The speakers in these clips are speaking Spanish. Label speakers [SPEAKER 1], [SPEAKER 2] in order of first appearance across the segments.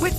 [SPEAKER 1] With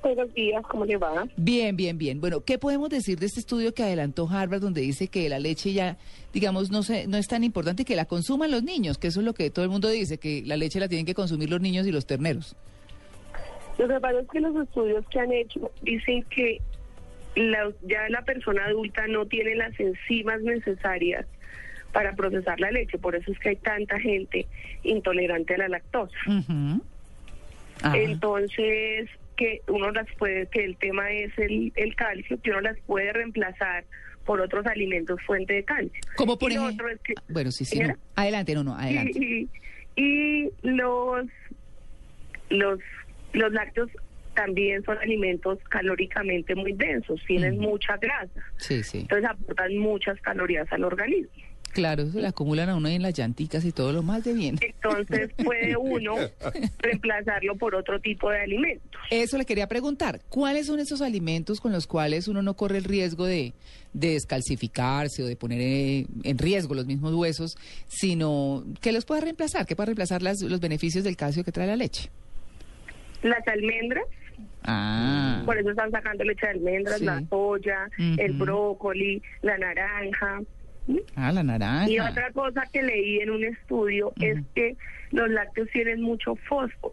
[SPEAKER 2] Buenos días, ¿cómo le va?
[SPEAKER 3] Bien, bien, bien. Bueno, ¿qué podemos decir de este estudio que adelantó Harvard donde dice que la leche ya, digamos, no, se, no es tan importante que la consuman los niños? Que eso es lo que todo el mundo dice, que la leche la tienen que consumir los niños y los terneros.
[SPEAKER 2] Lo que pasa es que los estudios que han hecho dicen que la- ya la persona adulta no tiene las enzimas necesarias para procesar la leche, por eso es que hay tanta gente intolerante a la lactosa.
[SPEAKER 3] Ujú. Ah,
[SPEAKER 2] Entonces, que uno las puede, que el tema es el, el calcio, que uno las puede reemplazar por otros alimentos fuente de calcio.
[SPEAKER 3] como por
[SPEAKER 2] Y lo
[SPEAKER 3] ejem-
[SPEAKER 2] otro es que-
[SPEAKER 3] Bueno, sí, sí. no.
[SPEAKER 2] Señora.
[SPEAKER 3] Adelante, no, no, adelante.
[SPEAKER 2] Y, y los los los lácteos también son alimentos calóricamente muy densos, tienen
[SPEAKER 3] Ujú.
[SPEAKER 2] mucha grasa,
[SPEAKER 3] Sí, sí.
[SPEAKER 2] entonces aportan muchas calorías al organismo.
[SPEAKER 3] Claro, eso le acumulan a uno ahí en las llanticas y todo lo más de bien.
[SPEAKER 2] Entonces puede uno reemplazarlo por otro tipo de alimentos.
[SPEAKER 3] Eso le quería preguntar. ¿Cuáles son esos alimentos con los cuales uno no corre el riesgo de, de descalcificarse o de poner eh, en riesgo los mismos huesos, sino que los pueda reemplazar, que pueda reemplazar las- los beneficios del calcio que trae la leche?
[SPEAKER 2] Las almendras,
[SPEAKER 3] Ah,
[SPEAKER 2] por eso están sacando leche de almendras,
[SPEAKER 3] Sí.
[SPEAKER 2] la soya, el
[SPEAKER 3] Ujú.
[SPEAKER 2] brócoli, la naranja. ¿sí?
[SPEAKER 3] ah, la naranja.
[SPEAKER 2] Y otra cosa que leí en un estudio es que los lácteos tienen mucho fósforo.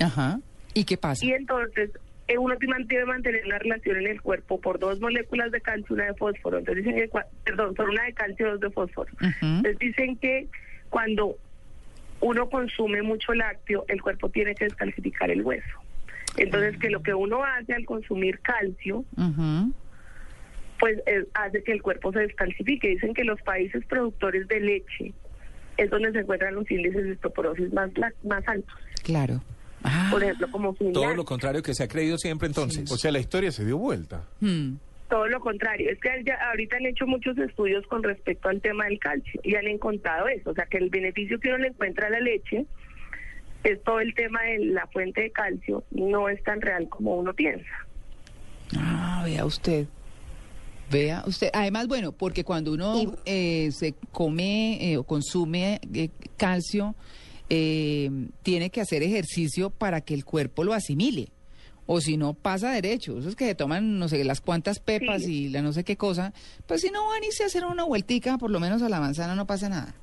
[SPEAKER 3] Ajá. ¿Y qué pasa?
[SPEAKER 2] Y entonces eh, uno te man- debe mantener una relación en el cuerpo por dos moléculas de calcio y una de fósforo. Entonces dicen que, cua- perdón, por una de calcio y dos de fósforo.
[SPEAKER 3] Ujú.
[SPEAKER 2] Entonces dicen que cuando uno consume mucho lácteo, el cuerpo tiene que descalcificar el hueso. Entonces que lo que uno hace al consumir calcio,
[SPEAKER 3] Ujú.
[SPEAKER 2] pues eh, hace que el cuerpo se descalcifique. Dicen que los países productores de leche es donde se encuentran los índices de osteoporosis más, la- más altos.
[SPEAKER 3] Claro. Ah,
[SPEAKER 2] Por ejemplo, como
[SPEAKER 4] Todo
[SPEAKER 2] Finlandia.
[SPEAKER 4] lo contrario que se ha creído siempre entonces.
[SPEAKER 5] O sea, la historia se dio vuelta.
[SPEAKER 3] hmm.
[SPEAKER 2] Todo lo contrario, es que ya ahorita han hecho muchos estudios con respecto al tema del calcio y han encontrado eso, o sea que el beneficio que uno le encuentra a la leche es todo el tema de la fuente de calcio, no es tan real como uno piensa.
[SPEAKER 3] Ah, vea usted. Vea usted. Además, bueno, porque cuando uno eh, se come eh, o consume eh, calcio, eh, tiene que hacer ejercicio para que el cuerpo lo asimile. O si no, pasa derecho. Esos que se toman, no sé, las cuantas pepas
[SPEAKER 2] Sí.
[SPEAKER 3] y la no sé qué cosa. Pues si no van y se hacen una vueltica, por lo menos a la manzana no pasa nada.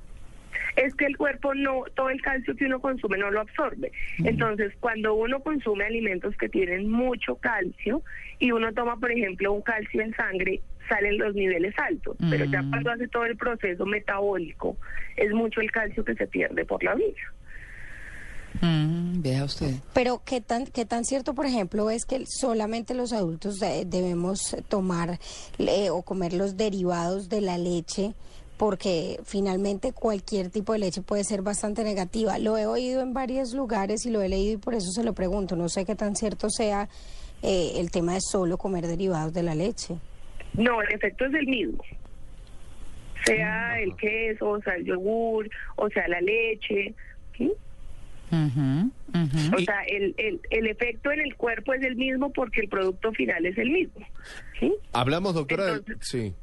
[SPEAKER 2] Es que el cuerpo no, todo el calcio que uno consume no lo absorbe. Entonces, cuando uno consume alimentos que tienen mucho calcio y uno toma, por ejemplo, un calcio en sangre, salen los niveles altos, pero ya
[SPEAKER 3] Mm.
[SPEAKER 2] cuando hace todo el proceso metabólico, es mucho el calcio que se pierde por la vida.
[SPEAKER 3] Mm, vea usted.
[SPEAKER 6] Pero qué tan qué tan cierto, por ejemplo, es que solamente los adultos de- debemos tomar eh, o comer los derivados de la leche porque finalmente cualquier tipo de leche puede ser bastante negativa. Lo he oído en varios lugares y lo he leído y por eso se lo pregunto. No sé qué tan cierto sea eh, el tema de solo comer derivados de la leche.
[SPEAKER 2] No, el efecto es el mismo. Sea el queso, o sea el yogur, o sea la leche. ¿sí?
[SPEAKER 3] Ujú, ujú.
[SPEAKER 2] O sea, el, el, el efecto en el cuerpo es el mismo porque el producto final es el mismo. ¿sí?
[SPEAKER 5] Hablamos, doctora, del-
[SPEAKER 2] Entonces-
[SPEAKER 5] sí.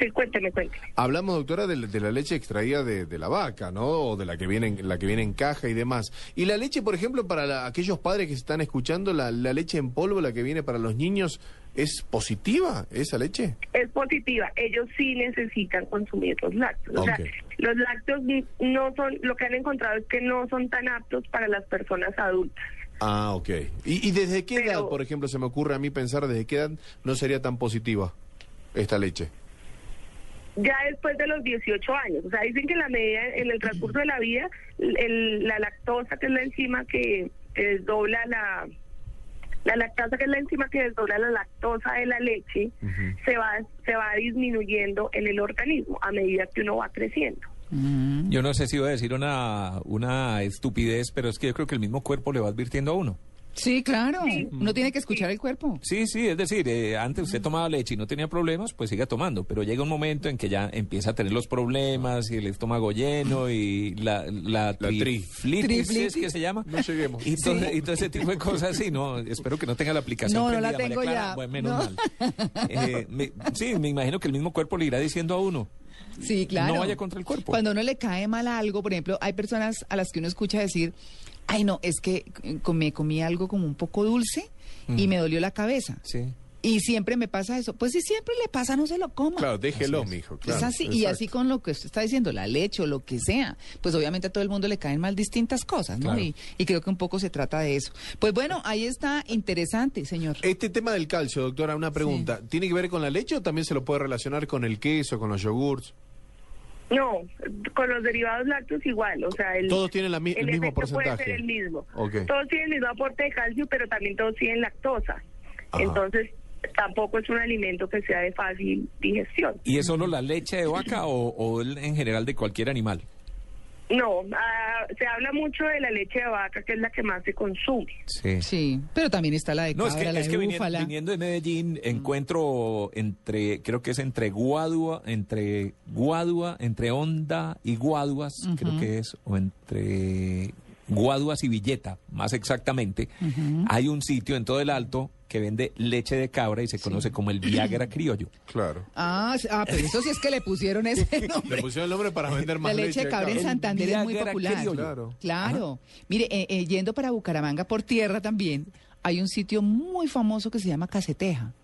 [SPEAKER 2] Sí, cuénteme, cuénteme.
[SPEAKER 5] Hablamos, doctora, de, de la leche extraída de, de la vaca, ¿no? O de la que viene, en- la que viene en caja y demás. Y la leche, por ejemplo, para la- aquellos padres que están escuchando, la, la leche en polvo, la que viene para los niños, ¿es positiva esa leche?
[SPEAKER 2] Es positiva. Ellos sí necesitan consumir los lácteos. O sea,
[SPEAKER 5] Ok.
[SPEAKER 2] los lácteos n- no son, lo que han encontrado es que no son tan aptos para las personas adultas.
[SPEAKER 5] Ah, ok. ¿Y, y desde qué
[SPEAKER 2] Pero-
[SPEAKER 5] edad, por ejemplo, se me ocurre a mí pensar desde qué edad no sería tan positiva esta leche?
[SPEAKER 2] ya después de los 18 años. O sea, dicen que en la medida, en el transcurso de la vida, el- la lactosa, que es la enzima que, que desdobla la... La lactasa, que es la enzima que desdobla la lactosa de la leche, se va se va disminuyendo en el organismo a medida que uno va creciendo.
[SPEAKER 4] Yo no sé si iba a decir una, una estupidez, pero es que yo creo que el mismo cuerpo le va advirtiendo a uno.
[SPEAKER 3] Sí, claro. Uno tiene que escuchar el cuerpo.
[SPEAKER 4] Sí, sí, es decir, eh, antes usted tomaba leche y no tenía problemas, pues siga tomando, pero llega un momento en que ya empieza a tener los problemas y el estómago lleno y la, la,
[SPEAKER 5] La tri-
[SPEAKER 4] triflitis, ¿sí es
[SPEAKER 3] Triflitis.
[SPEAKER 4] que se llama.
[SPEAKER 5] No lleguemos.
[SPEAKER 4] Y todo, y todo ese tipo de cosas, sí, no, espero que no tenga la aplicación.
[SPEAKER 3] No, no la
[SPEAKER 4] prendida, María
[SPEAKER 3] tengo
[SPEAKER 4] Clara.
[SPEAKER 3] ya.
[SPEAKER 4] Bueno, menos
[SPEAKER 3] No.
[SPEAKER 4] mal. Eh, me- sí, me imagino que el mismo cuerpo le irá diciendo a uno.
[SPEAKER 3] Sí, claro.
[SPEAKER 4] No vaya contra el cuerpo.
[SPEAKER 3] Cuando a uno le cae mal algo, por ejemplo, hay personas a las que uno escucha decir, ay no, es que eh, com- me comí algo como un poco dulce y me dolió la cabeza.
[SPEAKER 4] Sí.
[SPEAKER 3] Y siempre me pasa eso. Pues si siempre le pasa, no se lo coma.
[SPEAKER 5] Claro, déjelo, mijo. Claro,
[SPEAKER 3] es así, y
[SPEAKER 5] exacto.
[SPEAKER 3] así con lo que usted está diciendo, la leche o lo que sea, pues obviamente a todo el mundo le caen mal distintas cosas, ¿no?
[SPEAKER 4] Claro.
[SPEAKER 3] Y, y creo que un poco se trata de eso. Pues bueno, ahí está interesante, señor.
[SPEAKER 4] Eh,
[SPEAKER 5] Este tema del calcio, doctora, una pregunta. ¿Tiene que ver con la leche o también se lo puede relacionar con el queso, con los yogurts?
[SPEAKER 2] No, con los derivados lácteos igual, o sea, el,
[SPEAKER 5] Todos tienen la mi- el mismo
[SPEAKER 2] efecto
[SPEAKER 5] porcentaje.
[SPEAKER 2] Puede ser el mismo.
[SPEAKER 5] Ok.
[SPEAKER 2] Todos tienen el mismo aporte de calcio, pero también todos tienen lactosa.
[SPEAKER 5] Ajá.
[SPEAKER 2] Entonces, tampoco es un alimento que sea de fácil digestión.
[SPEAKER 4] ¿Y es solo la leche de vaca o, o el- en general de cualquier animal?
[SPEAKER 2] No, ah, se habla mucho de la leche de vaca, que es la que más se consume.
[SPEAKER 4] Sí.
[SPEAKER 3] Sí, pero también está la de
[SPEAKER 4] No,
[SPEAKER 3] cabra,
[SPEAKER 4] es que,
[SPEAKER 3] la
[SPEAKER 4] es
[SPEAKER 3] de
[SPEAKER 4] que viniendo,
[SPEAKER 3] búfala.
[SPEAKER 4] viniendo de Medellín encuentro entre, creo que es entre Guadua, entre Guadua, entre Onda y Guaduas, creo que es, o entre Guaduas y Villeta, más exactamente, hay un sitio en todo el Alto que vende leche de cabra y se conoce como el Viagra criollo.
[SPEAKER 5] Claro.
[SPEAKER 3] Ah, sí, ah, pero eso sí es que le pusieron ese nombre.
[SPEAKER 5] Le pusieron el nombre para vender
[SPEAKER 3] La
[SPEAKER 5] más
[SPEAKER 3] leche de cabra en
[SPEAKER 5] claro.
[SPEAKER 3] Santander es muy
[SPEAKER 4] Viagra
[SPEAKER 3] popular.
[SPEAKER 4] criollo.
[SPEAKER 5] Claro.
[SPEAKER 3] Claro. Mire, eh, eh, yendo para Bucaramanga por tierra también, hay un sitio muy famoso que se llama Caseteja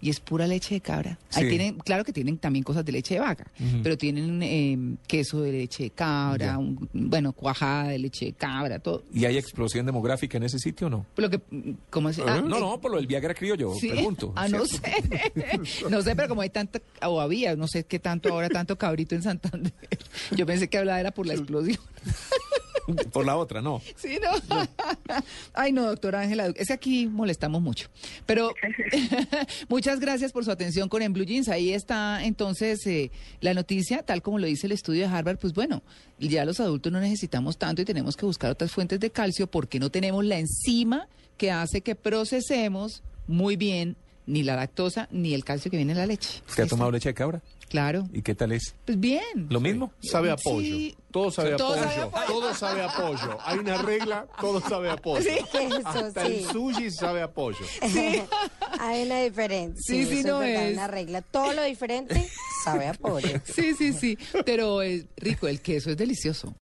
[SPEAKER 3] y es pura leche de cabra. Ahí
[SPEAKER 4] Sí.
[SPEAKER 3] tienen, claro que tienen también cosas de leche de vaca, pero tienen eh, queso de leche de cabra, un- bueno, cuajada de leche de cabra, todo.
[SPEAKER 4] ¿Y hay explosión demográfica en ese sitio o no?
[SPEAKER 3] Lo que, ¿cómo es? Ah,
[SPEAKER 4] no,
[SPEAKER 3] eh,
[SPEAKER 4] no, por lo del Viagra criollo,
[SPEAKER 3] Sí.
[SPEAKER 4] pregunto.
[SPEAKER 3] Ah, no
[SPEAKER 4] ¿cierto?
[SPEAKER 3] sé. No sé, pero como hay tanta, o había, no sé qué tanto ahora, tanto cabrito en Santander. Yo pensé que hablaba era por la explosión.
[SPEAKER 4] Por la otra, no.
[SPEAKER 3] Sí, no. Ay, no, doctora Ángela. Es que aquí molestamos mucho. Pero muchas gracias por su atención con En Blue Jeans. Ahí está entonces eh, la noticia, tal como lo dice el estudio de Harvard. Pues bueno, ya los adultos no necesitamos tanto y tenemos que buscar otras fuentes de calcio porque no tenemos la enzima que hace que procesemos muy bien ni la lactosa ni el calcio que viene en la leche.
[SPEAKER 4] ¿Usted ha
[SPEAKER 3] Ahí está.
[SPEAKER 4] tomado leche de cabra?
[SPEAKER 3] Claro.
[SPEAKER 4] ¿Y qué tal es?
[SPEAKER 3] Pues bien.
[SPEAKER 4] ¿Lo mismo?
[SPEAKER 5] Sabe a pollo.
[SPEAKER 3] Sí.
[SPEAKER 5] Todo sabe a
[SPEAKER 3] Todo
[SPEAKER 5] pollo.
[SPEAKER 3] sabe a pollo.
[SPEAKER 5] Todo sabe a pollo. Hay una regla, todo sabe a pollo.
[SPEAKER 6] Queso,
[SPEAKER 5] Hasta el
[SPEAKER 6] sí.
[SPEAKER 5] sushi sabe a pollo.
[SPEAKER 6] Hay una diferencia.
[SPEAKER 3] Sí, sí,
[SPEAKER 6] eso
[SPEAKER 3] no
[SPEAKER 6] verdad,
[SPEAKER 3] es.
[SPEAKER 6] Una regla. Todo lo diferente sabe a pollo.
[SPEAKER 3] Sí, sí, sí. Pero es rico, el eh, queso es delicioso.